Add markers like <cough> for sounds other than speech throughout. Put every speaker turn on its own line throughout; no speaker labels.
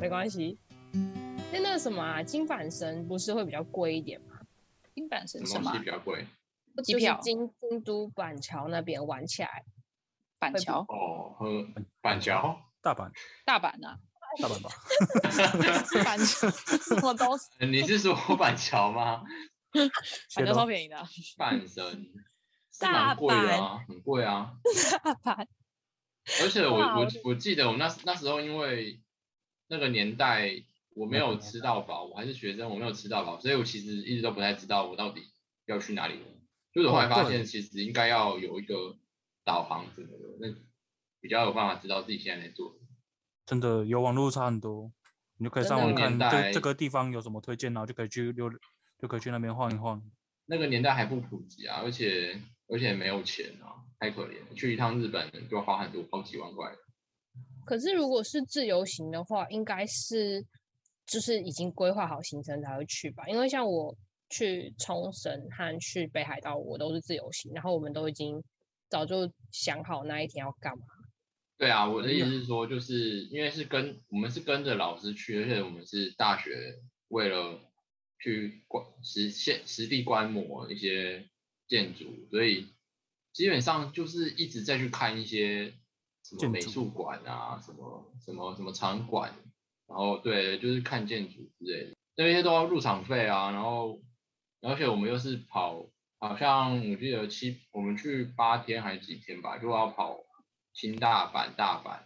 没关系。那那个什么啊，金板神不是会比较贵一点吗？
金板神
什
什
么
么
东西
啊
比较贵？
机
就是
票
京京都板桥那边玩起来，
板
会比
桥、
哦，和板桥，
大阪，
大阪 <laughs> 啊，
大阪吧，
板桥 <laughs> 什么东西，
<laughs> 你是说板桥吗？
板
谢
桥超
喽。
便宜的啊，
半神是
大
蛮贵的
阪
啊，很贵啊。
大阪
而且我
哇
我
我
我记得我那时那时候因为那个年代我没
那个
有
年
吃到饱，我还是学生，我没有吃到饱，所以我其实一直都不太知道我到底要去哪里。就是我后来
哦
发
对
现，其实应该要有一个导航什么的，那比较有办法知道自己现在在做什么。
真的有网络差很多，你就可以
真
上
的
网
那
个
看
年
这
代
这个地方有什么推荐，然后就可以去溜，就可以去那边晃一晃。
那个年代还不普及啊，而且而且没有钱啊，太可怜了。去一趟日本就花很多好几万块。
可是如果是自由行的话，应该是就是已经规划好行程才会去吧？因为像我去冲绳和去北海道，我都是自由行，然后我们都已经早就想好那一天要干嘛。
对啊，我的
嗯
意思是说，就是因为是跟我们是跟着老师去，而且我们是大学为了去观实现实地观摩一些建筑，所以基本上就是一直在去看一些什么
建
美
筑
术馆啊，什么什么什么场馆，然后对，就是看建筑之类的，那些都要入场费啊，然后而且我们又是跑，好像我记得七，我们去八天还是几天吧，就要跑新大阪、大阪、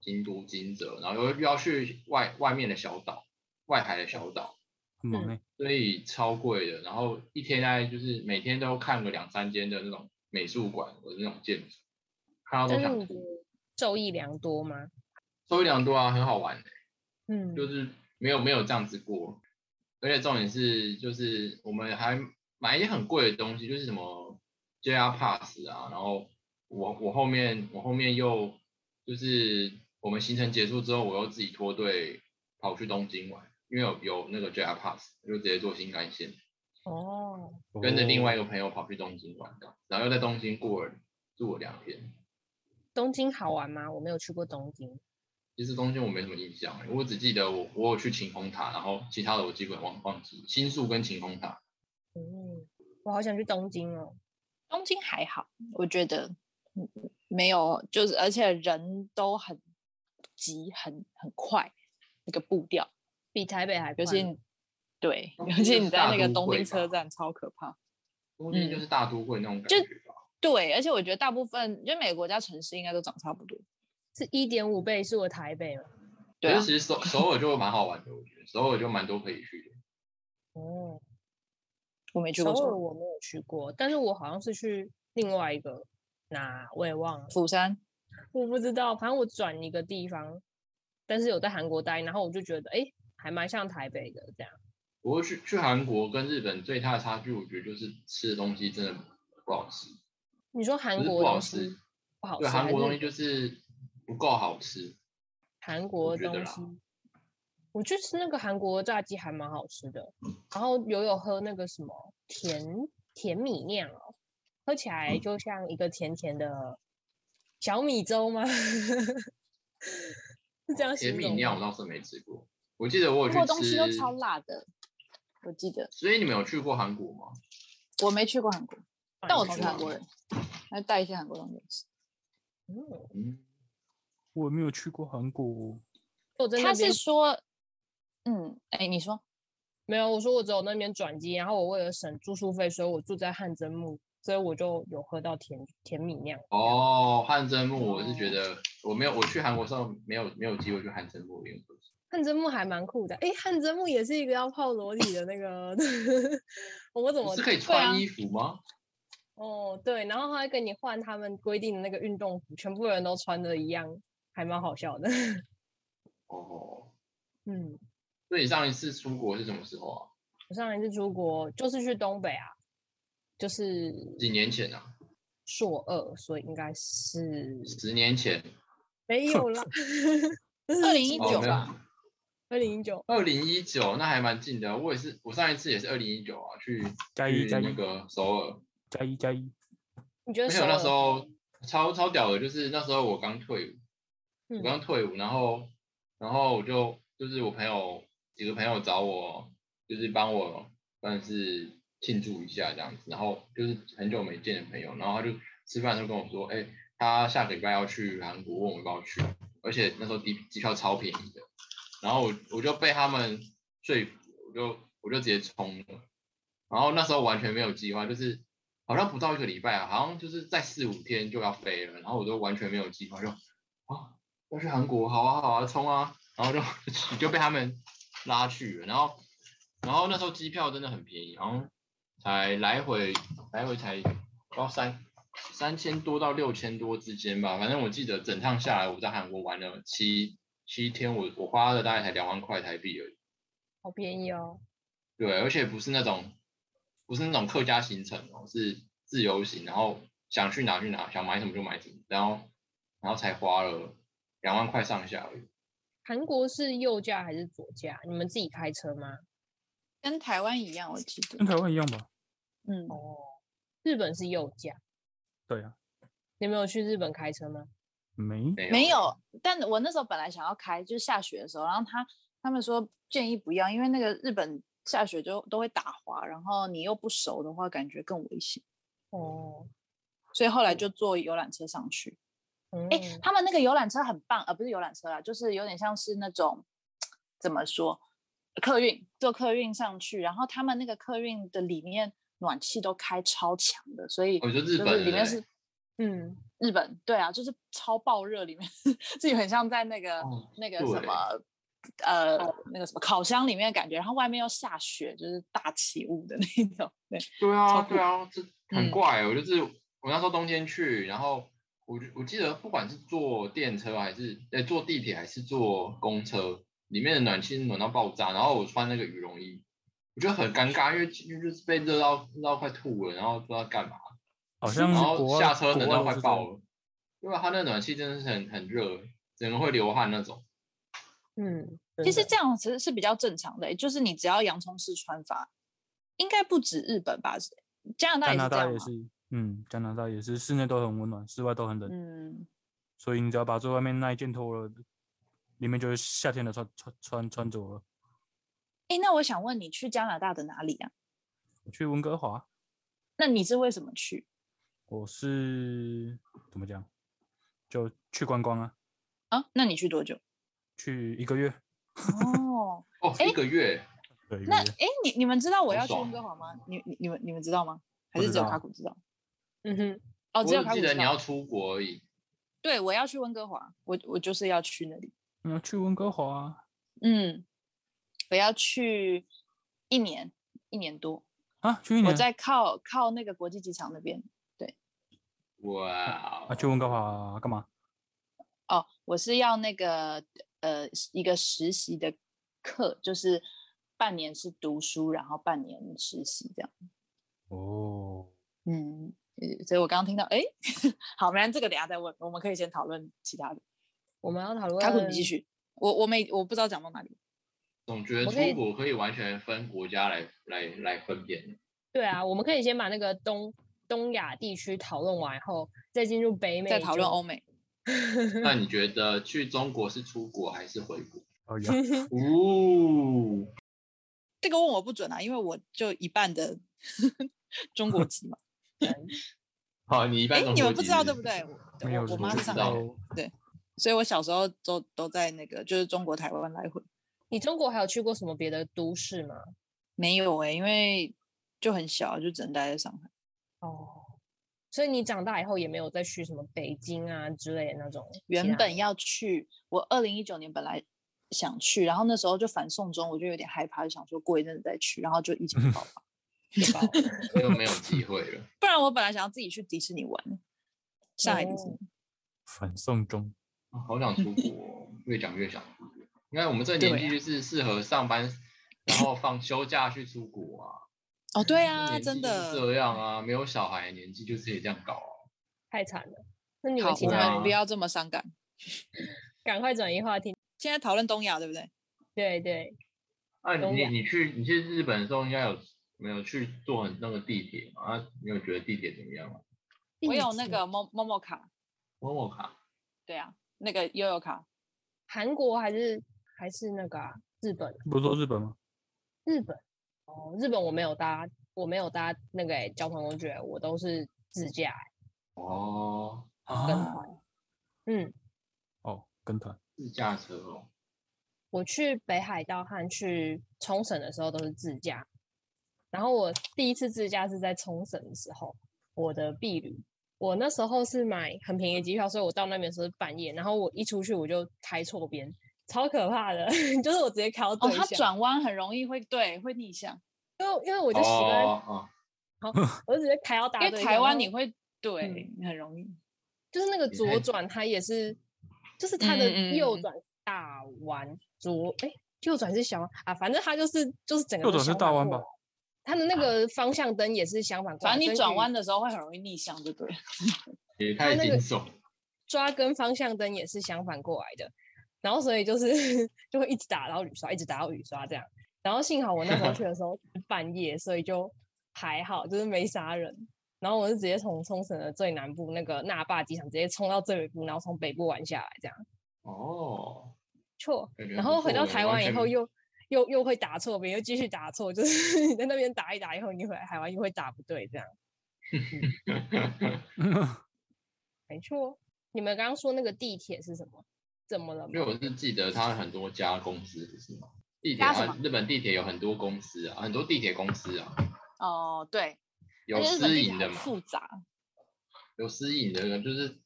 京都、金泽，然后又又要去外外面的小岛、外海的小岛，
很猛
嗯
哎、
所以超贵的。然后一天大概就是每天都看个两三间的那种美术馆或者那种建筑，看到
但
都
是你
想
觉
吐。
得受益良多吗？
收益良多啊，很好玩、
嗯，
就是没有没有这样子过，而且重点是就是我们还买一些很贵的东西，就是什么 JR Pass 啊，然后我我后面我后面又就是我们行程结束之后，我又自己脱队跑去东京玩，因为有有那个 JR Pass，就直接坐新干线，
哦，
跟着另外
哦
一个朋友跑去东京玩，然后又在东京过了住了两天。
东京好玩吗？我没有去过东京。
其实东京我没什么印象，欸我只记得我我有去晴空塔，然后其他的我基本忘忘记。新宿跟晴空塔，
嗯，我好想去东京哦。
东京还好，我觉得嗯没有，就是而且人都很急，很很快那个步调，
比台北还
尤
快
其
吗
你对，
东
尤
京
其
是
你在
大
那个
都
东
会
京车
吧
站超可怕。
东京就是大都会那种感觉吧。
对，而且我觉得大部分，就每个国家城市应该都长差不多。
是一点五倍是我台北嘛。
对、
可
啊
是，其实首首尔就蛮好玩的，我觉得首尔就蛮多可以去的。
哦，
我没去
首
过首
尔
尔，
我没有去过，但是我好像是去另外一个哪我也忘了，
釜山
我不知道，反正我转一个地方，但是有在韩国待，然后我就觉得哎、诶还蛮像台北的这样。
不过去去韩国跟日本最大的差距，我觉得就是吃的东西真的不好吃。
你说韩
不是
国
不好
东
吃
西不好吃，
对，韩
还
国
是
东西就是不够好吃。
韩国
觉得
东
啦
西，我去吃那个韩国炸鸡还蛮好吃的，然后有有喝那个什么甜甜米酿哦，喝起来
嗯
就像一个甜甜的小米粥吗？ <laughs> 是这样
哦甜
形
米
容
酿
吗？
我倒是没吃过，我记得我有
韩国
去
东西都
吃。
超辣的，我记得
所以你们有去过韩国吗？
我没去过韩国，但我
没
去
去
韩
过
国人，还带一些韩国东西吃。
嗯，
嗯，
我没有去过韩国，
我在
他
那边
是说，嗯，哎，你说
没有，我说我只有那边转机，然后我为了省住宿费，所以我住在汗蒸木，所以我就有喝到甜甜米酿。
哦，汗蒸木，我是觉得我没有，我去韩国的时候没有没有机会去汗蒸木，因为
汗蒸木还蛮酷的，诶，汗蒸木也是一个要泡裸体的那个， <laughs> 我怎么
是可以
对
穿
啊
衣服吗？
哦，对，然后他会跟你换他们规定的那个运动服，全部人都穿的一样，还蛮好笑的。 <laughs>
哦，
嗯，
所以上一次出国是什么时候啊？
我上一次出国就是去东北啊，就是
几年前啊？
硕二，所以应该是
十年前，
没有啦，
二零一
哦
九
没有
吧，
二零一九，
二零一九，那还蛮近的。我也是，我上一次也是二零一九啊，去
加一
去
加一
那个首尔。
加一加一，
你觉
而
得
且
首
我那
尔
时候超超屌的，就是那时候我刚退伍，我
嗯
刚退伍，然后然后我就就是我朋友几个朋友找我，就是帮我算是庆祝一下这样子，然后就是很久没见的朋友，然后他就吃饭的时候跟我说，哎、他下个礼拜要去韩国，问我要不要去，而且那时候机机票超便宜的，然后我我就被他们说服，我就我就直接冲了，然后那时候完全没有计划，就是好像不到一个礼拜啊，好像就是在四五天就要飞了，然后我都完全没有计划，就啊要去韩国，好啊好啊冲啊，然后就 <laughs> 就被他们拉去了，然后然后那时候机票真的很便宜，好像才来回来回才高三三千多到六千多之间吧，反正我记得整趟下来我在韩国玩了七七天，我我花了大概才两万块台币而已。
好便宜哦。
对，而且不是那种不是那种客家行程哦，是自由行，然后想去哪去哪，想买什么就买什么，然后然后才花了两万块上下而已。
韩国是右驾还是左驾？你们自己开车吗？
跟台湾一样，我记得
跟。台湾一样吧？
嗯，
哦，日本是右驾。
对啊，
你们有去日本开车吗？
没
没有
没有，但我那时候本来想要开，就是下雪的时候，然后他他们说建议不要，因为那个日本下雪就都会打滑，然后你又不熟的话，感觉更危险，
哦，
所以后来就坐游览车上去。
哎
哎、
嗯
他们那个游览车很棒，呃，不是游览车啦，就是有点像是那种怎么说，客运坐客运上去，然后他们那个客运的里面暖气都开超强的，所以
哦你说日
就
本
是里
的
面
欸
是
嗯，
日本，对啊，就是超爆热，里面 <laughs> 是很像在那个、
哦
那个什
对
么。呃，那个什么烤箱里面的感觉，然后外面又下雪，就是大起雾的那种。对，
对
超
啊，
酷
对啊，这
嗯
很怪、我就是我那时候冬天去，然后我就我记得不管是坐电车还是呃坐地铁还是坐公车，里面的暖气是暖到爆炸，然后我穿那个羽绒衣，我觉得很尴尬，因为因为就是被热到热到快吐了，然后不知道干嘛。
好像
然
国
后
外
下车冷到快爆，
国外
了，因为它那暖气真的是很很热，整个会流汗那种。
嗯，真
其实
的
这样其实是比较正常的欸、就是你只要洋葱式穿法，应该不止日本吧？加拿大
加
也
拿
是这
大
样
也
吗？
是，嗯，加拿大也是，室内都很温暖，室外都很冷，
嗯，
所以你只要把最外面那一件脱了，里面就是夏天的穿穿穿穿着了。
哎，那我想问你去加拿大的哪里啊？
我去温哥华，
那你是为什么去？
我是怎么讲，就去观光啊，
啊，那你去多久？
去一个月，
哦，
哦，一个月，
对，一个
那
月。
哎，你你们知道我
好
要去
爽
温哥华吗？你你你们你们知道吗？还
不
是
知
只有
道
卡古知道？
嗯哼，
哦，只有
我
卡
只
古
记
知
得你要
道。
出国而已。
对，我要去温哥华，我我就是要去那里。
你要嗯去温哥华啊
嗯，我要去一年一年多，
啊？去一年？
我在靠靠那个国际机场那边。
哇、哦
啊，去温哥华干嘛？
哦，我是要那个呃一个实习的课，就是半年是读书，然后半年实习这样。
哦，
嗯，呃所以我刚刚听到，哎， <laughs> 好，没然这个等一下再问，我们可以先讨论其他的。
我们要讨论。
卡古，你继。续。我我没我不知道讲到哪里。
总觉得
我可以
出国可以完全分国家来来来分
嗯
辨。
对啊，我们可以先把那个东东亚地区讨论完后，再进入北美
在讨论
就 <laughs>
欧美。
那你觉得去中国是出国还是回国？
哦呀，
嗯
哦，
这个问我不准啊，因为我就一半的 <laughs> 中国籍嘛。
<laughs> 好，你一
哎
般，中
你们
国
不
籍
知道
是
对不对？我
没有
我我妈是
不知
上海
道
人，
道。
所以我小时候都都在那个就是中国台湾来回。
你中国还有去过什么别的都市吗？
没有哎、因为就很小，就只能待在上海。
哦，所以你长大以后也没有再去什么北京啊之类的那种其他。
原本要去，我二零一九年本来想去，然后那时候就反送中，我就有点害怕，就想说过一阵子再去，然后就疫情爆发。
就爆了
又没有机会了。
不然我本来想要自己去迪士尼玩，上海迪士
哦
尼。
反送中，
啊好想出国哦，越讲越想出国。你看我们这个年
对啊
纪就是适合上班，然后放休假去出国啊。
哦，对
这
啊，
年纪
真
就是
的。
这样啊，没有小孩的年纪就是可以这样搞啊。
太惨了。那你
好
们，其
我
他
啊
们不要这么伤感。
赶快转移话题。
现在讨论东亚，对不对？
对对，
那、
东
啊你
亚
你去你去日本的时候，应该有没有去坐那个地铁嘛？啊，你有觉得地铁怎么样吗？
我
地
有那
铁
个某某某卡，
摸摸卡，
对啊，那个悠悠卡，
韩国还是还是那个啊、日本啊？
不是说日本吗？
日本哦，日本我没有搭，我没有搭那个、欸、交通工具欸，我都是自驾欸、
哦，
跟
啊，
团。嗯，
哦，跟团，
自驾车哦，
我去北海道和去冲绳的时候都是自驾，然后我第一次自驾是在冲绳的时候，我的避旅。我那时候是买很便宜的机票，所以我到那边的时候是半夜，然后我一出去我就开错边，超可怕的， <laughs> 就是我直接开到
哦，
对
它
向
转弯很容易会对会逆向，
因为因为我
我
就习惯，
哦哦
我就直接开到大
因
对
为
向
台
然
湾
后
你会嗯对很容易。
就是那个
也太
左转，它也是，就是它的
嗯嗯嗯
右
嗯
转是大弯，左哎、右转是小弯啊，反正它就是就是整个
右
都
转是
相
大
反
弯
过
吧啊
来？它的那个方向灯也是相反过来，
反正你
跟
转
雨
弯的时候会很容易逆向，对不对？
也太
那
惊
个
悚了，
抓跟方向灯也是相反过来的，然后所以就是 <laughs> 就会一直打到雨刷，一直打到雨刷这样。然后幸好我那时候去的时候是半夜，所以就还好，就是没啥人。然后我是直接从冲绳的最南部那个那霸机场直接冲到最北部，然后从北部玩下来这样。
哦，
错，
感觉
然
很
后
不
回
错
到
欸
台
完
湾以
全
后又又又会打错别人又继续打错，就是 <laughs> 你在那边打一打以后，你回来台湾又会打不对，这样
嗯
没错。你们刚刚说那个地铁是什么？怎么了吗？
<laughs> 因为我是记得它很多家公司不是吗？地铁
家什
啊，日本地铁有很多公司啊，很多地铁公司啊，
哦，对，而
有
且日本
私
地铁
营的
很
嘛，
复杂，
有私营的，就是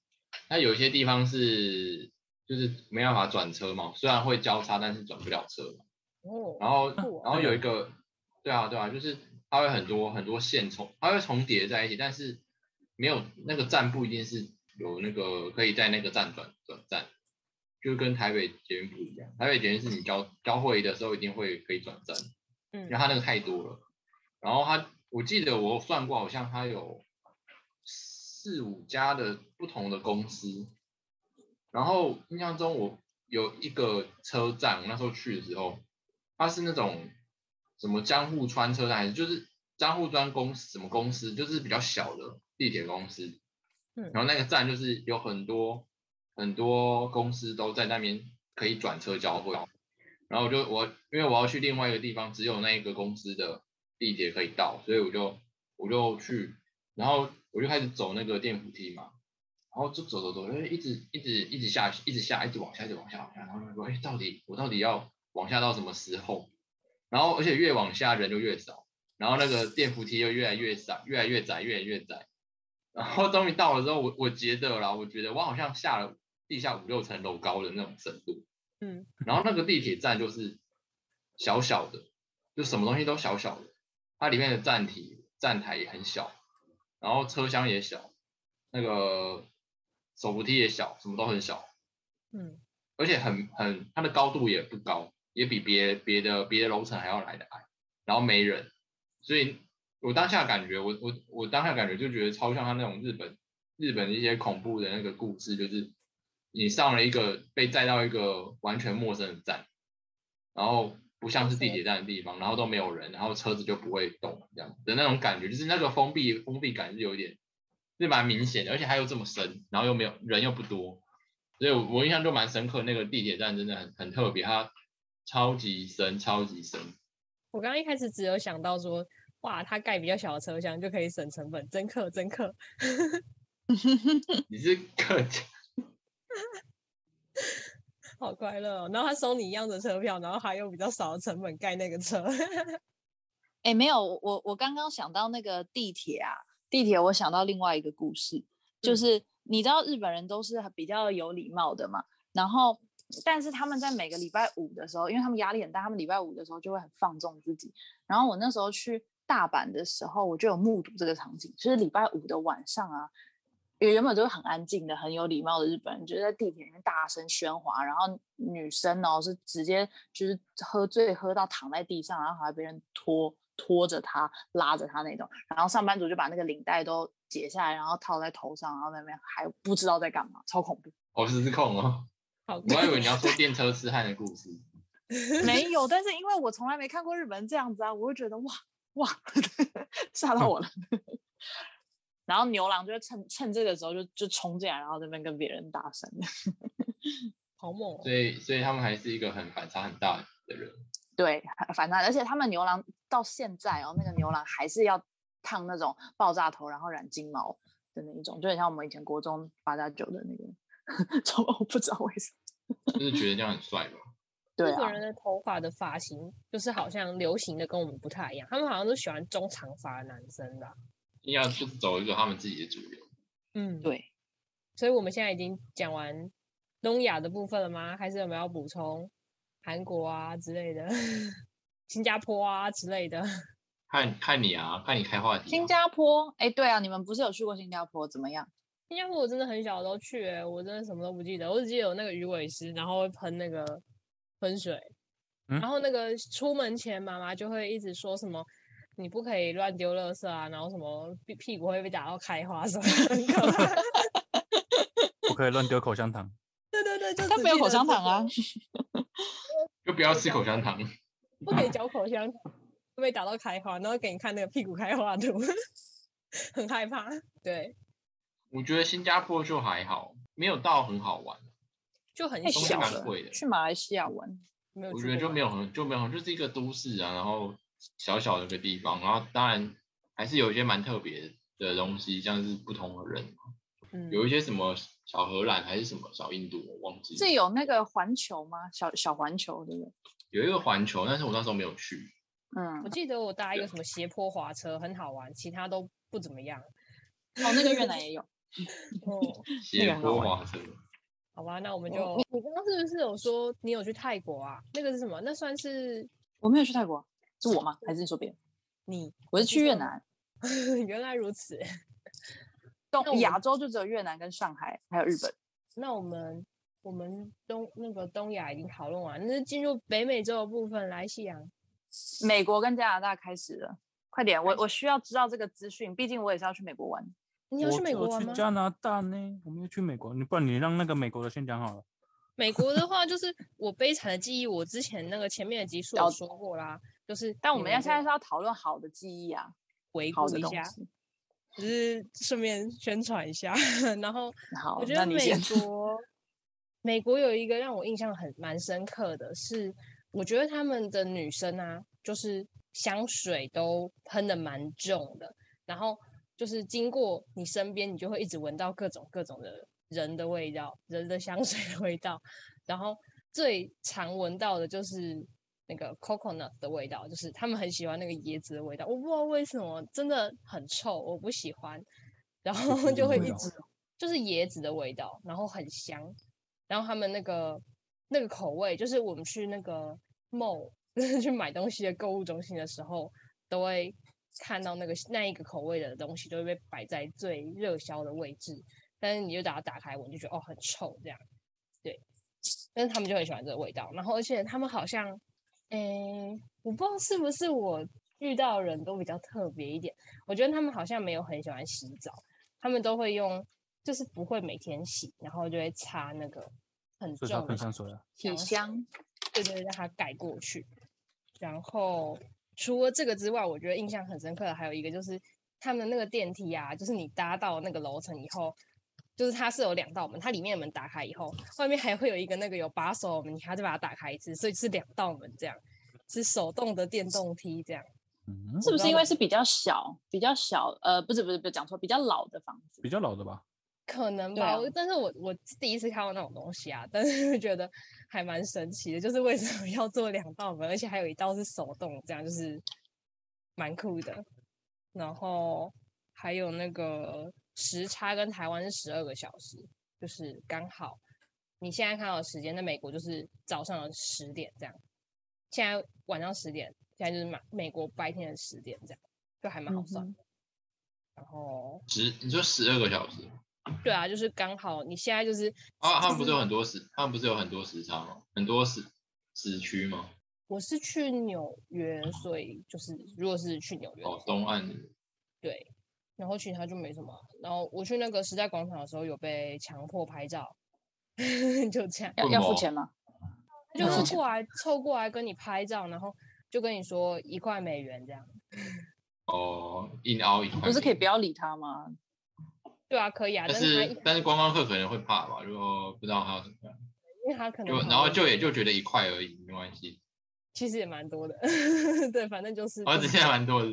它有一些地方是就是没办法转车嘛，虽然会交叉，但是转不了车嘛。
哦，
然后
酷哦
然后有一个，对啊对啊，就是它会很多很多线重，它会重叠在一起，但是没有那个站不一定是有那个可以在那个站转转站，就跟台北捷运不一样。台北捷运是你交交会的时候一定会可以转站，
嗯
因为它那个太多了。然后它，我记得我算过，好像它有四五家的不同的公司。然后印象中我有一个车站，我那时候去的时候，它是那种什么江户川车站，还是就是江户川公司什么公司，就是比较小的地铁公司。
嗯
然后那个站就是有很多很多公司都在那边可以转车交汇。然后我就我因为我要去另外一个地方，只有那一个公司的地铁可以到，所以我就我就去，然后我就开始走那个电扶梯嘛，然后就走走走，就一直一直一直下去，一直下，一直往下，一直往下，往下，然后就说，哎，到底我到底要往下到什么时候？然后而且越往下人就越少，然后那个电扶梯又越来越窄，越来越窄，越来越窄，然后终于到了之后，我我觉得啦，我觉得我好像下了地下五六层楼高的那种深度，
嗯，
然后那个地铁站就是小小的，就什么东西都小小的，它里面的站体站台也很小，然后车厢也小，那个手扶梯也小，什么都很小，
嗯，
而且很很它的高度也不高，也比别别的别的楼层还要来的矮，然后没人，所以我当下感觉，我我我当下感觉就觉得超像他那种日本日本一些恐怖的那个故事，就是你上了一个被载到一个完全陌生的站，然后不像是地铁站的地方，然后都没有人，然后车子就不会动这样的那种感觉，就是那个封闭封闭感是有一点是蛮明显的，而且它又这么深，然后又没有人又不多，所以我我印象就蛮深刻，那个地铁站真的很很特别，它超级深，超级深。
我刚刚一开始只有想到说，哇，它盖比较小的车厢就可以省成本，真客真客。
你是客家
好快乐哦！然后他收你一样的车票，然后还用比较少的成本盖那个车。 <laughs>
哎，没有，我我我刚刚想到那个地铁啊，地铁我想到另外一个故事，就
嗯
是你知道日本人都是很比较有礼貌的嘛，然后但是他们在每个礼拜五的时候，因为他们压力很大，他们礼拜五的时候就会很放纵自己。然后我那时候去大阪的时候，我就有目睹这个场景，就是礼拜五的晚上啊，因为原本就是很安静的、很有礼貌的日本人，就是在地铁里面大声喧哗，然后女生哦是直接就是喝醉喝到躺在地上，然后还被人拖拖着她、拉着她那种，然后上班族就把那个领带都解下来，然后套在头上，然后在那边还不知道在干嘛，超恐怖。
我失控哦！
好
我还
快
以为你要说电车痴汉的故事，
没有，但是因为我从来没看过日本人这样子啊，我就觉得哇哇 <laughs> 吓到我了。 <laughs> 然后牛郎就趁趁这个时候就就冲进来，然后这边跟别人搭讪，
好猛、哦
所！以所以他们还是一个很反差很大的人。
<laughs> 对，反正而且他们牛郎到现在哦，那个牛郎还是要烫那种爆炸头，然后染金毛的那一种，就很像我们以前国中八加九的那个 <laughs> 超，我不知道为什么。
就是觉得这样很帅吧？
对
日本
啊，
人的头发的发型就是好像流行的跟我们不太一样，他们好像都喜欢中长发的男生啦。
硬要就是走一个他们自己的主流。
嗯，。
对，
所以我们现在已经讲完东亚的部分了吗？还是有没有要补充韩国啊之类的、 <laughs> 新加坡啊之类的？ <laughs>
看看你啊，看你开话题、啊。
新加坡，哎，对啊，你们不是有去过新加坡？怎么样？
新加坡我真的很小的时候去、欸，我真的什么都不记得，我只记得有那个鱼尾狮，然后会喷那个喷水，
嗯
然后那个出门前妈妈就会一直说什么。你不可以乱丢垃圾啊，然后什么屁屁股会被打到开花什么的， <laughs> 很可怕
不可以乱丢口香糖。
对对对，就
但
只
没有
记
口
得
香
这
糖啊
个，
就不要吃口香糖。
不可以嚼口香糖，会被打到开花，然后给你看那个屁股开花图， <laughs> 很害怕。对，
我觉得新加坡就还好，没有到很好玩，
就很
太
东西
小
蛮
了
贵的。
去马来西亚玩。
没有
我
去
觉得
过
就
嘛
没有很就没有很就是一个都市啊，然后小小的一个地方，然后当然还是有一些蛮特别的东西，像是不同的人，
嗯
有一些什么小荷兰还是什么小印度，我忘记了。
这有那个环球吗？小小环球，对不对？
有一个环球，但是我那时候没有去。
我
嗯，
记得我搭一个
对
什么斜坡滑车，很好玩，其他都不怎么
<laughs>
样。
哦，那个越南也有。
哦，
那个
斜
很好
坡
玩
滑车，
好吧，那我们
我
就你刚刚是不是有说你有去泰国啊？那个是什么？那算是
我没有去泰国，是我吗？还是你说别人？
你
我是去
是
越
我
南，
<laughs> 原来如此。那我
东
们
亚洲就只有越南跟上海，还有日本。
那我们我们东那个东亚已经讨论完，那进入北美洲的部分，来西洋。
美国跟加拿大开始了，快点，我我需要知道这个资讯，毕竟我也是要去美国玩。
你有去
我
美国
我
玩
去
吗？
加拿大呢，我没有去美国。你不然你让那个美国的先讲好了。
美国的话，就是我悲惨的记忆，我之前那个前面的集数有
了
说过啦，就是
但我们要现在是
会
要讨论好的记忆啊，
回
好
顾
的
一
东
下，
西。
只是顺便宣传一下。 <laughs> 然后
好，
我觉
那
得
你
美
先。
国，美国有一个让我印象很蛮深刻的是，我觉得他们的女生啊，就是香水都喷的蛮重的，然后就是经过你身边，你就会一直闻到各种各种的人的味道，人的香水的味道，然后最常闻到的就是。那个 coconut 的味道，就是他们很喜欢那个椰子的味道，我不知道为什么，真的很臭，我不喜欢。然后
椰
就
子
会
味
一
道
直就是椰子的味道，然后很香。然后他们那个那个口味，就是我们去那个 mall，就是 <laughs> 去买东西的购物中心的时候，都会看到那个那一个口味的东西都会被摆在最热销的位置，但是你就把它打开闻，就觉得哦很臭这样。对，但是他们就很喜欢这个味道。然后而且他们好像，诶，我不知道是不是我遇到的人都比较特别一点，我觉得他们好像没有很喜欢洗澡。他们都会用，就是不会每天洗，然后就会擦那个很
所以他
重的
喷香水啊。
体香，
对对，让它盖过去。然后除了这个之外，我觉得印象很深刻的还有一个就是他们那个电梯啊，就是你搭到那个楼层以后，就是它是有两道门，它里面的门打开以后，外面还会有一个那个有把手的门，你还要再把它打开一次，所以是两道门这样，是手动的电动梯这样。
嗯，
是
知
不
道
是因为
了
是比较小、比较小？呃，不是不是不是，讲错，比较老的房子
比。较老的吧？
可能
对
吧，
啊
我但是我我第一次看到那种东西啊，但是就觉得还蛮神奇的，就是为什么要做两道门，而且还有一道是手动，这样就是蛮酷的。然后还有那个时差跟台湾是十二个小时，就是刚好你现在看到的时间，在美国就是早上的十点这样，现在晚上十点，现在就是美美国白天的十点这样，就还蛮好算的。
嗯
然后
十你说十二个小时
对啊，就是刚好你现在就是
啊？他们不是有很多时，他们不是有很多时差吗？很多时时区吗？
我是去纽约，所以就是如果是去纽约的
哦，
话，
东岸的
对，然后其他就没什么啊。然后我去那个时代广场的时候，有被强迫拍照， <laughs> 就这样，
要
为
要
什
付
么
钱吗？
他就
嗯
哦
会过来凑过来跟你拍照，然后就跟你说一块美元这样。
哦，硬凹一块。
不是可以不要理他吗？
对啊，可以啊，
但
但是他一
是但是观光客可能会怕吧，如果不知道他要怎么样。
因为他可能
就
好
然后
像
就也就觉得一块而已，没关系。
其实也蛮多的， <laughs> 对，反正就是
儿
就
子
是
现在蛮多的，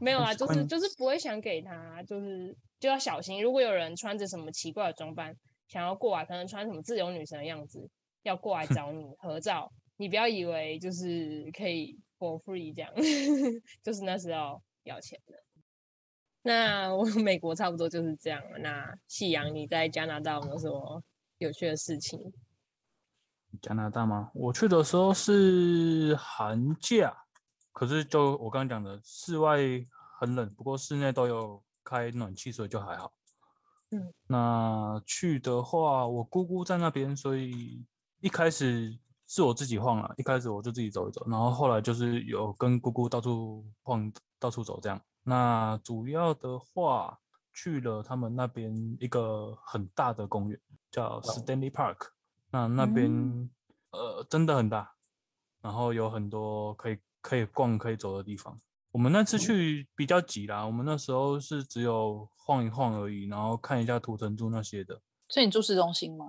没有啦，
很
就是
宽
就是不会想给他，啊就是就要小心。如果有人穿着什么奇怪的装扮想要过来，可能穿什么自由女神的样子要过来找你合照，你不要以为就是可以 for free 这样， <laughs> 就是那是要要钱的。那我美国差不多就是这样了。那夕阳，你在加拿大有没有什么有趣的事情？
加拿大吗？我去的时候是寒假，可是就我刚刚讲的，室外很冷，不过室内都有开暖气，所以就还好。
嗯，
那去的话，我姑姑在那边，所以一开始是我自己晃了，一开始我就自己走一走，然后后来就是有跟姑姑到处晃，到处走这样。那主要的话，去了他们那边一个很大的公园，叫 Stanley Park。那那边、
嗯
呃真的很大，然后有很多可以可以逛可以走的地方。我们那次去比较挤啦，我们那时候是只有晃一晃而已，然后看一下图腾柱那些的。
所以你住市中心吗？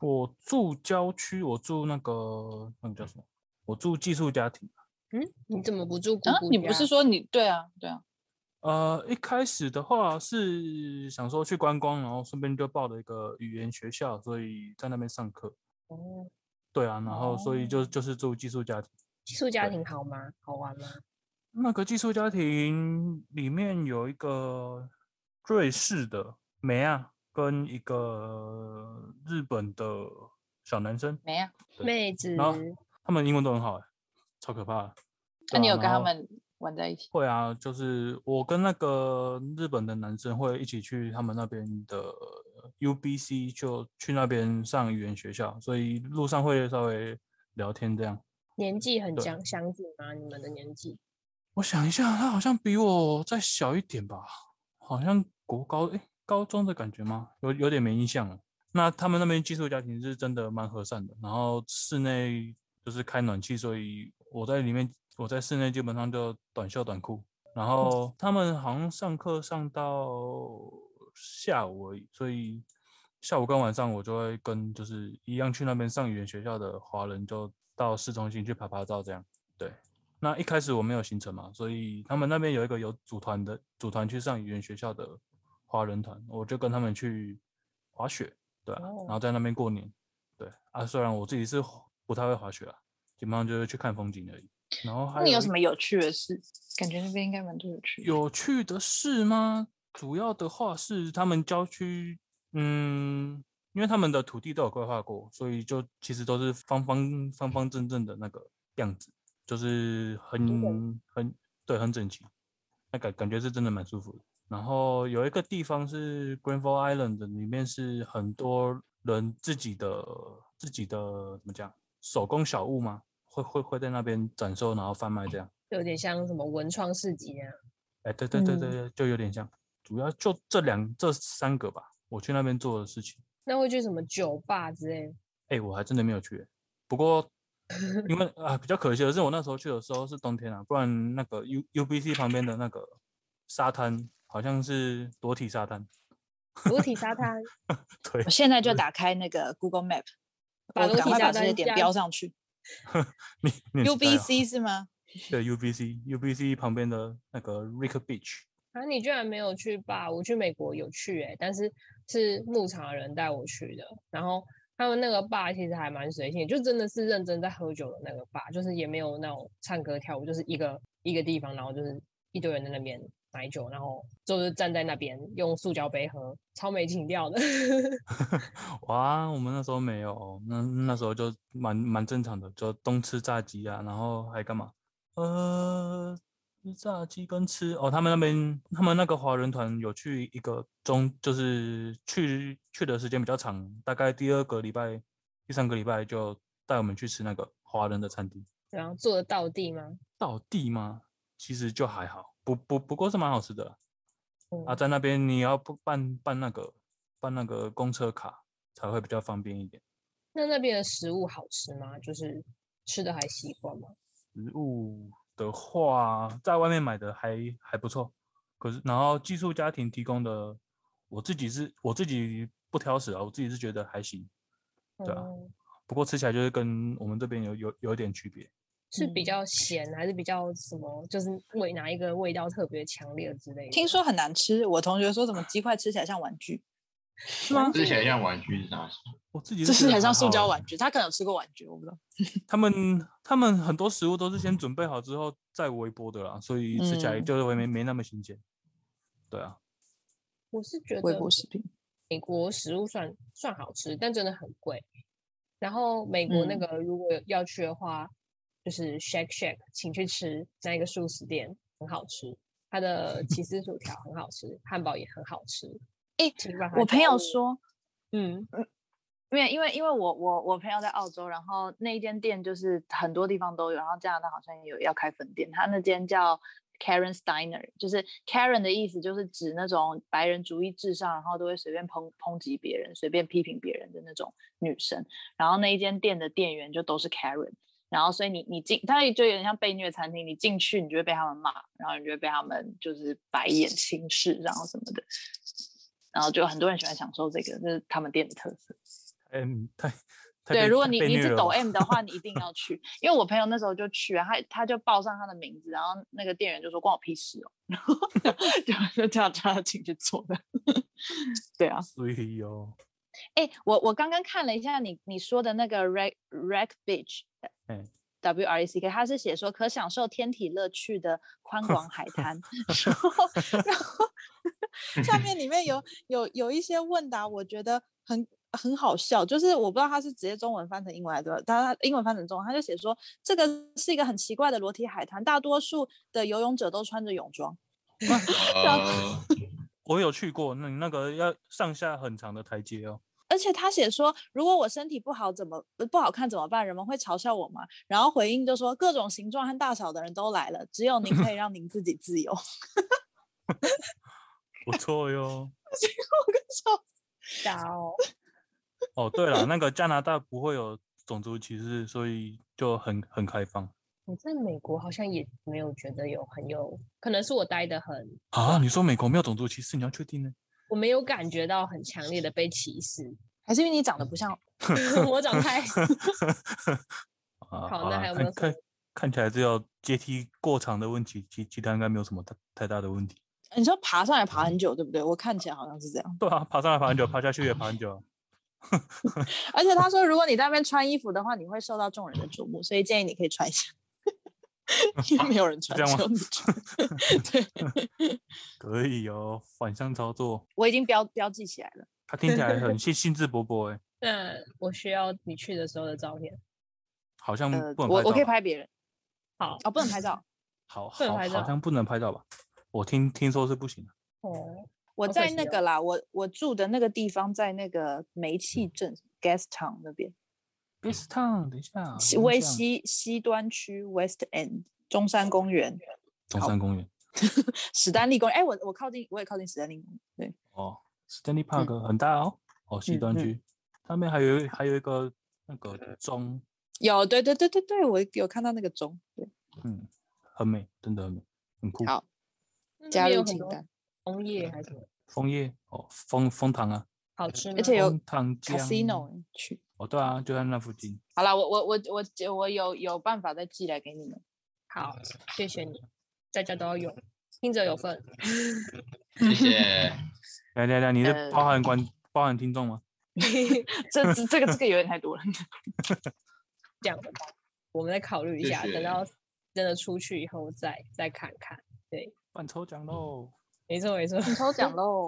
我住郊区，我住那个那个叫什么？我住寄宿家庭。
嗯，你怎么不住姑
啊，
姑
你不
家
是说你对啊对啊？
呃，一开始的话是想说去观光，然后顺便就报了一个语言学校，所以在那边上课。
哦，
对啊，然后所以
哦
就就是住寄宿家庭。
寄宿家
对
庭好吗？好玩吗？
那个寄宿家庭里面有一个瑞士的梅啊，跟一个日本的小男生，
没啊？
对
妹子，
然后他们英文都很好、欸，超可怕的。
那、
对
你
啊
有跟
然
他
后
们玩在一起？
会啊，就是我跟那个日本的男生会一起去他们那边的 UBC，就去那边上语言学校，所以路上会稍微聊天这样。
年纪很
对
相相近吗？你们的年纪？
我想一下，他好像比我再小一点吧，好像国高诶、高中的感觉吗？有有点没印象了。那他们那边寄宿家庭是真的蛮和善的，然后室内就是开暖气，所以我在里面我在室内基本上就短袖短裤，然后他们好像上课上到下午而已，所以下午跟晚上我就会跟就是一样去那边上语言学校的华人就到市中心去拍拍照这样。那一开始我没有行程嘛，所以他们那边有一个有组团的组团去上语言学校的华人团，我就跟他们去滑雪，对啊，然
哦
后在那边过年，对啊，虽然我自己是不太会滑雪啊，基本上就是去看风景而已。然后还
那你有
一
什么有趣的事？感觉那边应该蛮多有趣的。
有趣的事吗？主要的话是他们郊区，嗯，因为他们的土地都有规划过，所以就其实都是方方方方正正的那个样子，就是很很对，很整齐，那感感觉是真的蛮舒服的。然后有一个地方是 Granville Island，的里面是很多人自己的自己的怎么讲，手工小物吗？会会会在那边展售，然后贩卖这样。
有点像什么文创市集啊那样。
哎，对对对
嗯
对，对，就有点像，主要就这两这三个吧。我去那边做的事情，
那会去什么酒吧之类的？
哎，我还真的没有去。不过，因为啊，比较可惜的是，我那时候去的时候是冬天啊，不然那个 U UBC 旁边的那个沙滩好像是裸体沙滩， <laughs>
裸体沙滩，
对
我，现在就打开那个 Google Map，
把
我
楼
赶
梯
快
下
把这
单
些点
下
标上去。
你你很期待哦
UBC 是吗？
对 UBC UBC 旁边的那个 Rick Beach，
啊，你居然没有去吧？我去美国有去哎、但是是牧场的人带我去的。然后他们那个吧其实还蛮随性，就真的是认真在喝酒的那个吧，就是也没有那种唱歌跳舞，就是一个一个地方，然后就是一堆人在那边买酒，然后就是站在那边用塑胶杯喝，超没情调的。 <laughs>
<laughs> 哇，我们那时候没有，那那时候就蛮蛮正常的，就东吃炸鸡啊，然后还干嘛？呃，吃炸鸡跟吃哦，他们那边他们那个华人团有去一个中，就是去去的时间比较长，大概第二个礼拜、第三个礼拜就带我们去吃那个华人的餐厅。
然后做的到地吗？
到地吗？其实就还好，不不不过是蛮好吃的啦
嗯
啊，在那边你要不办办那个办那个公车卡才会比较方便一点。
那那边的食物好吃吗？就是吃的还习惯吗？
食物的话，在外面买的还还不错，可是然后寄宿家庭提供的，我自己是我自己不挑食啊，我自己是觉得还行。对啊
嗯
不过吃起来就是跟我们这边有有有点区别。
是比
嗯
较咸，还是比较什么？就是味哪一个味道特别强烈之类的？
听说很难吃，我同学说怎么鸡块吃起来像玩具，
吃起来像玩具是啥？
我自己
就是吃
觉
起
得
来像
还
塑
好
胶
欸
玩具。他可能有吃过玩具，我不知道。
他们他们很多食物都是先准备好之后再微波的啦，所以吃起来
嗯
就是会没、没那么新鲜。对啊，
我是觉
微
得
波食品，
美国食物算算好吃，但真的很贵。然后美国那
嗯
个如果要去的话，就是 Shake Shake，请去吃那一个素食店，很好吃。它的起司薯条很好吃，汉堡也很好吃。
诶
请去把它
我朋友
加入，
说，
嗯，
因为因为因为我我我朋友在澳洲，然后那一间店就是很多地方都有，然后加拿大好像也有要开分店，他那间叫 Karen Steiner，就是 Karen 的意思就是指那种白人主义至上，然后都会随便抨抨击别人、随便批评别人的那种女生。然后那一间店的店员就都是 Karen，然后所以你你进，它就有点像被虐餐厅，你进去你就会被他们骂，然后你就会被他们就是白眼轻视，然后什么的。然后就很多人喜欢享受这个，这是他们店的特色。
嗯，太太
对，
被
如果
太
你
被
你
虐
是
了
抖
吧
M 的话，你一定要去，因为我朋友那时候就去啊，他他就报上他的名字，然后那个店员就说关我屁事哦， <laughs> 然后就就叫他进去做的。 <laughs> 对啊，
所以哦，
哎，我我刚刚看了一下你你说的那个 Rec Rec Beach，
嗯
W R E C K，他是写说可享受天体乐趣的宽广海滩，然后然后下面里面有有有一些问答，我觉得很很好笑，就是我不知道他是直接中文翻成英文还是他他英文翻成中文，他就写说这个是一个很奇怪的裸体海滩，大多数的游泳者都穿着泳装，
呃，
我有去过，那你那个要上下很长的台阶哦。
而且他写说，如果我身体不好怎么呃不好看怎么办？人们会嘲笑我吗？然后回应就说各种形状和大小的人都来了，只有您 <laughs> 可以让您自己自由。
不错哟。
我跟你说，
加哦，
哦，对了，那个加拿大不会有种族歧视，所以就很很开放
我在美国好像也没有觉得有很有，可能是我待的很，
啊。你说美国没有种族歧视，你要确定呢？
我没有感觉到很强烈的被歧
<laughs>
视。
还是因为你长得不像，
我长太
啊，
好
啦
那还有没
看
有什
看
么
看起来只有阶梯过长的问题，其其他应该没有什么太太大的问题。
你说爬上来爬很久，对不对？我看起来好像是这样。
对啊，爬上来爬很久，爬下去也爬很久啊。
而且他说，如果你在那边穿衣服的话，你会受到众人的瞩目，所以建议你可以穿一下。 <laughs> 因为没有人
是
穿，
这样
只有
吗
你穿。 <laughs> 对，
可以哦，反向操作，
我已经标标记起来了。
他听起来
<laughs>
很兴兴致勃勃哎，
那我需要你去的时候的照片。
好像
呃，
不能
我
照
我可以
吧，
拍别人
好
哦，不能拍照。
好
能
好
拍
好
照
像不能拍照吧？我听听说是不行的。
哦，
我
好可
在
惜
那
哦
个啦，我我住的那个地方在那个煤
嗯
气镇 Gas Town 那边，
b e s t Town，等一
啊
下，
西
等一
威
下
西西端区 West End 中山公园、
中
好
山公园
史丹利公园。哎，我我靠近，我也靠近史丹利公园。对，
哦，Stanley Park 很大哦，哦西
嗯
端
嗯
区，上面还有一还有一个那个钟，
有，对对对对对，我有看到那个钟。对，
嗯，很美，真的很美，很酷。
好，
那那
加
边
入嗯
有很
清
多
单，
枫叶还是什么
枫叶哦，枫枫糖啊，
好吃吗？
而且有
枫糖浆
Casino 欸去。
哦，对啊，就在那附近。
好啦，我我我我我有有办法再寄来给你们。
好，谢谢你，大家都要用，听者有份。
谢谢。 <laughs>
来来来，你是
呃
包含观包含听众吗？
这这这个这个有点太多了。
这样的吧，我们再考虑一
谢
下，
谢
等到真的出去以后再再看看。
办抽奖喽！
没错没错，
抽 <laughs> 奖喽！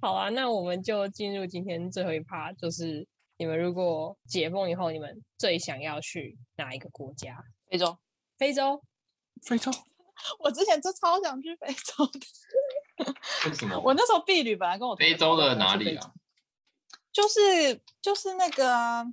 好啊，那我们就进入今天最后一趴，就是你们如果解封以后，你们最想要去哪一个国家？
非洲，
非洲？
非洲
我之前就超想去非洲的。
为什么？
我那时候婢女本来跟我同
非
学说
洲的
我要
哪
去非
里
洲
啊？
就是就是那个啊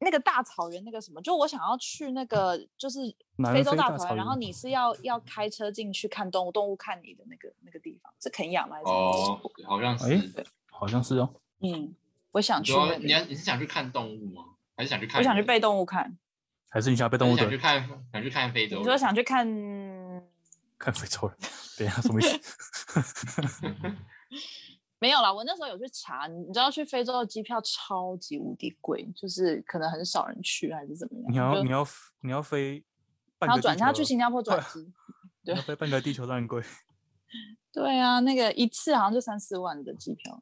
那个大草原那个什么，就我想要去那个就是
南
非洲
非
大
大
草
草
原，然后
原
你是要要开车进去看动物，动物看你的那个那个地方是肯雅吗？还是哪里
哦，好像
哎
是。
好像是哦。
嗯，我想
你
去
说
那
你要
里，
你是想去看动物吗？还是想去看
我
人？
想去被动物看。
还是你想被动
还
物
是
的
想去看想去看非洲
你
人？
说想去看，
看非洲人？等一下什么意思？
没有啦，我那时候有去查，你知道去非洲的机票超级无敌贵，就是可能很少人去还是怎么样。
<laughs> 你要
就
你要你要飞半
然后
个地
转嗯
球
他去
了
新加
<laughs>
坡转机，
你要飞半个地球都很贵。 <laughs>
对啊，那个一次好像就三四万的机票，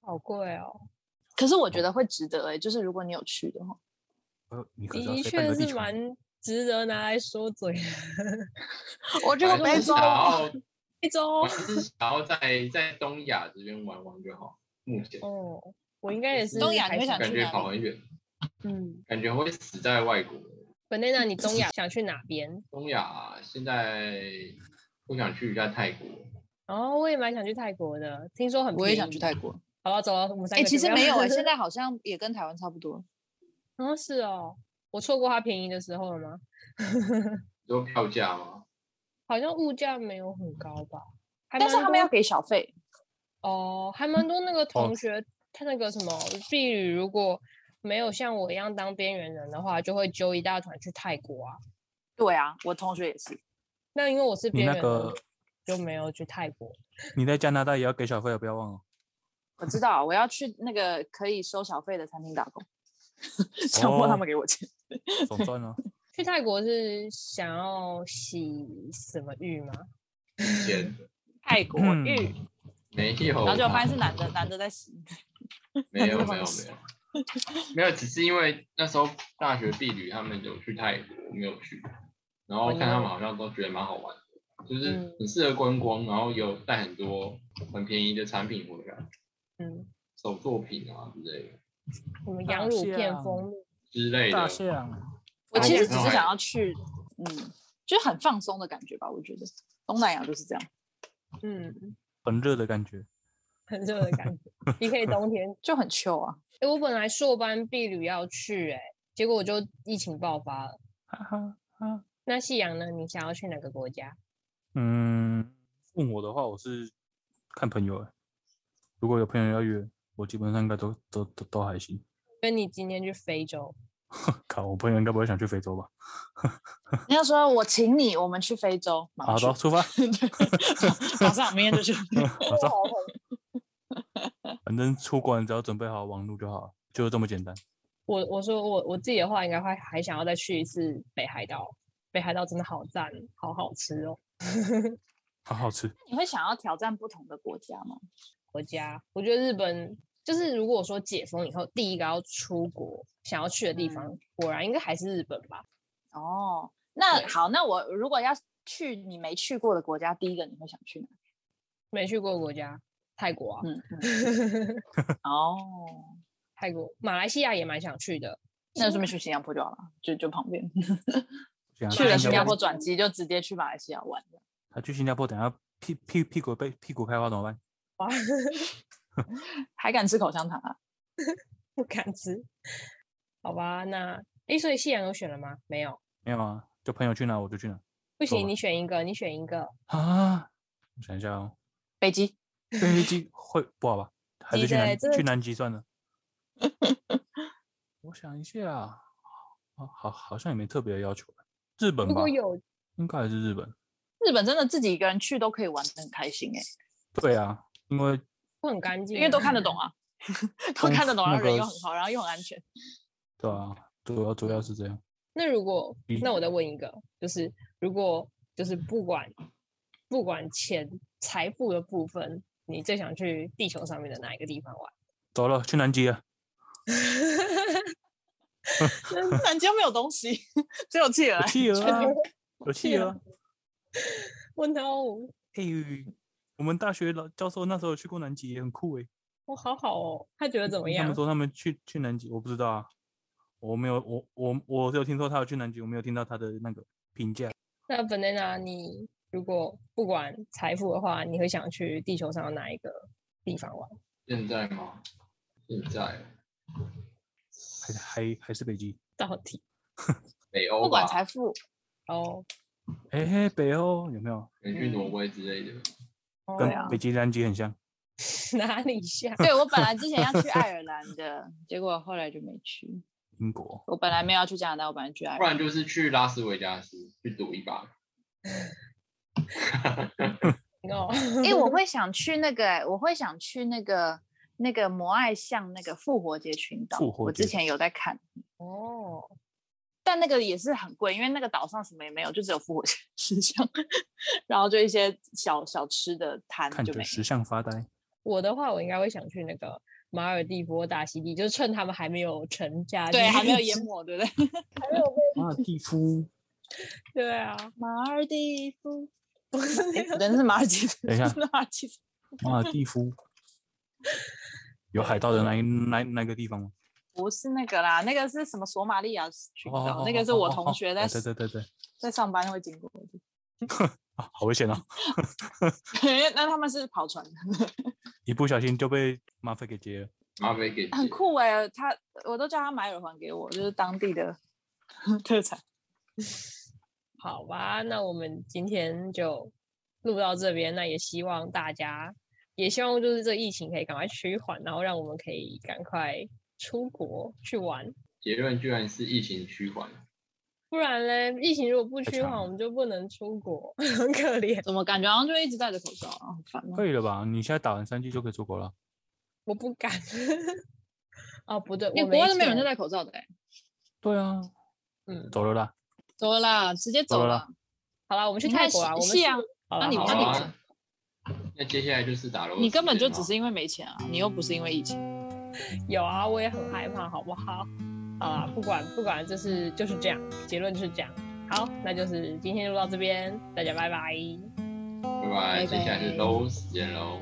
好贵哦，
可是我觉得会值得哎、就是如果你有去的话，
呃，你可是要
的
飞半
确
个地
是
球呢。啊
蛮值得拿来说嘴的。
<laughs> 我去
反
过
正
非
就是
洲
想，要，
一周
反正就是想要在在东亚这边玩玩就好。目前
哦，我应该也是
东亚
还
你会
是
想
感
去
觉
哪
跑
里
很远，
嗯
感觉会死在外国。
本内娜，你东亚想去哪边？
东亚现在我想去一下泰国，
哦，我也蛮想去泰国的，听说很
我也想去
便宜。
泰国。
好了，走了，我们三
哎、
个
其
就
实
不要。
没有哎、
<laughs>
现在好像也跟台湾差不多。
嗯，是哦，我错过它便宜的时候了吗？
就票价吗？
好像物价没有很高吧？还
但是
蛮
他们
多
要给小费，
哦，还蛮多那个同学，他那个什么婢女，如果没有像我一样当边缘人的话，就会揪一大团去泰国啊。
对啊，我同学也是，
那因为我是
你
边缘人，
那个
就没有去泰国。
你在加拿大也要给小费哦，不要忘了。
我知道，我要去那个可以收小费的餐厅打工， <laughs> 强迫他
哦
们给我钱。
总哦算了，
去泰国是想要洗什么浴吗？
钱
泰国
嗯哦
浴，
没有吧，
然后就发现是男的，男的在
<laughs>
洗。
没有
那
没有
种
没有，没有，只是因为那时候大学婢女他们有去泰国，我没有去，然后看他
哦
们好像都觉得蛮好玩的，就是
嗯
很适合观光，然后有带很多很便宜的产品回来，
嗯，
手作品啊之类的
什么
啊
大
羊乳片、
象
蜂蜜？
<laughs>
之类的。
象，
我
而
其
且
实只
那
哦
是
还
想要去，嗯，就很放松的感觉吧。我觉得东南亚就是这样，
嗯，
很热的感觉。
很热的感觉。你可以冬天。
就很 chill 啊。
哎、我本来硕班婢旅要去、欸，哎，结果我就疫情爆发了。
哈哈，
那夕阳呢？你想要去哪个国家？
嗯，问我的话，我是看朋友欸。如果有朋友要约，我基本上应该都都都都还行。
跟你今天去非洲，
靠，我朋友应该不会想去非洲吧？
你要说我请你，我们去非洲，马
好
上
的， <laughs>
去， <laughs>
出发。
马上明天就去。
好走，反正出国你只要准备好网路就好了，就这么简单。
我我说我我自己的话，应该会还想要再去一次北海道。北海道真的好赞，好好吃哦。 <laughs>
好好吃，
你会想要挑战不同的国家吗？
国家，我觉得日本就是如果说解封以后，第一个要出国想要去的地
嗯
方，果然应该还是日本吧。
哦，那
对
好，那我如果要去你没去过的国家，第一个你会想去哪？
没去过的国家，泰国啊，
嗯，嗯哦，
<laughs> 泰国、马来西亚也蛮想去的。
那顺便去新加坡就好了，就就旁边
想
去了
新
新
加
加
坡
坡转机就直接去马来西亚玩了。
他去新加坡，等下屁屁屁股被屁股开花怎么办？
哇，
还敢吃口香糖啊？
不敢吃。好吧，那诶，所以夕阳有选了吗？没有，
没有啊，就朋友去哪我就去哪
不
说
行，
吧
你选一个，你选一个。
啊。我想一下哦，
飞机
飞机会不好吧？还是
你
去
的
南
这
去南极
<laughs>
算了。我想一下啊，好好像也没特别的要求，日本
如
吧
果，有
应该还是日本。
日本真的自己一个人去都可以玩得很开心哎、
对啊，因为
会很干净，
因为都看得懂。啊，都
功
看得
夫
懂，然
那
后人
个
又很好，然后又很安全。 <laughs>
对啊，主要主要是这样。
那如果
嗯
那我再问一个，就是如果就是不管不管钱财富的部分，你最想去地球上面的哪一个地方玩？
走了，去南极了。
南极又没有东西， <laughs> 只有企鹅
有
啊。
企鹅啊，有企
企
鹅
鹅
啊。
我 no，
哎、我们大学老教授那时候有去过南极，也很酷哎、
我好好哦，他觉得怎么
他们
样？
说他们去去南极，我不知道啊，我没有，我我我只有听说他有去南极，我没有听到他的那个评价。
那 banana，你如果不管财富的话，你会想去地球上的哪一个地方玩？
现在吗？现在
还还还是北极。
到底
北欧
不管
吧，
财富，
哦， <laughs>
哎、北欧有没有
可能去
嗯
挪威之类的。
哦
跟
对啊
北极南极很像？
哪里
<laughs>
像？
对我本来之前要去爱尔兰的，结果后来就没去。
英国
我本来没有要去加拿大，我本来去爱尔
不
兰。
然就是去拉斯维加斯去赌一把，
哦，
哎、我会想去那个、欸，我会想去那个那个摩艾巷那个复活节群岛。
复活
我之
节
前有在看，
<laughs> 哦，
但那个也是很贵，因为那个岛上什么也没有，就只有复活节石像， <laughs> 然后就一些小小吃的摊
看
就没
着
了。
石像发呆。
我的话，我应该会想去那个马尔蒂夫或大溪地，就是趁他们还没有沉下去，
对，还没有 <laughs> 淹没，对不对？
马尔蒂夫，
对啊，
马尔蒂 <laughs> 夫，
不是那
诶
个
哎人是马尔蒂夫，
等一下
是 <laughs> 马尔蒂夫。
马尔蒂夫有海盗的那一那那个地方吗？
不是那个啦，那个是什么索马利亚群岛？
哦，
那个是
哦
我
哦哦
同学在、
哎对对对对，
在上班会经过的地
啊，好危险啊！
方， <laughs> 因为那他们是跑船的，
一不小心就被马匪给劫了。
<laughs> 阿飞给
很
姐
<laughs> 酷哎、他我都叫他买耳环给我，就是当地的 <laughs> 特产。
好吧，那我们今天就录到这边，那也希望大家，也希望就是这疫情可以赶快趋缓，然后让我们可以赶快出国去玩，
结论居然是疫情趋缓，
不然嘞，疫情如果不
太
趋
惨
缓，我
了
们就不能出国， <laughs> 很可怜。
怎么感觉好像就一直戴着口罩啊，好烦哦、
可以了吧？你现在打完三剂就可以出国了。
我不敢。 <laughs> 哦，不对，
因
我
为国外都没有人
钱
在戴口罩的、欸，
对啊，
嗯，
走了啦。
走了啦，直接
走
走
了
了。
好了，我们去
你看
泰国
夕
啊，我们
夕
去
阳
好
那
啦
你
好
好
那你
啦
们
啊。那接下来就是打楼，
你根本就只是因为没钱啊，你又不是因为疫情。
有啊，我也很害怕，好不好？好啦，不管不管，就是就是这样，结论就是这样。好，那就是今天就到这边，大家拜拜。
拜拜，接下来
拜
是
拜
楼时间喽。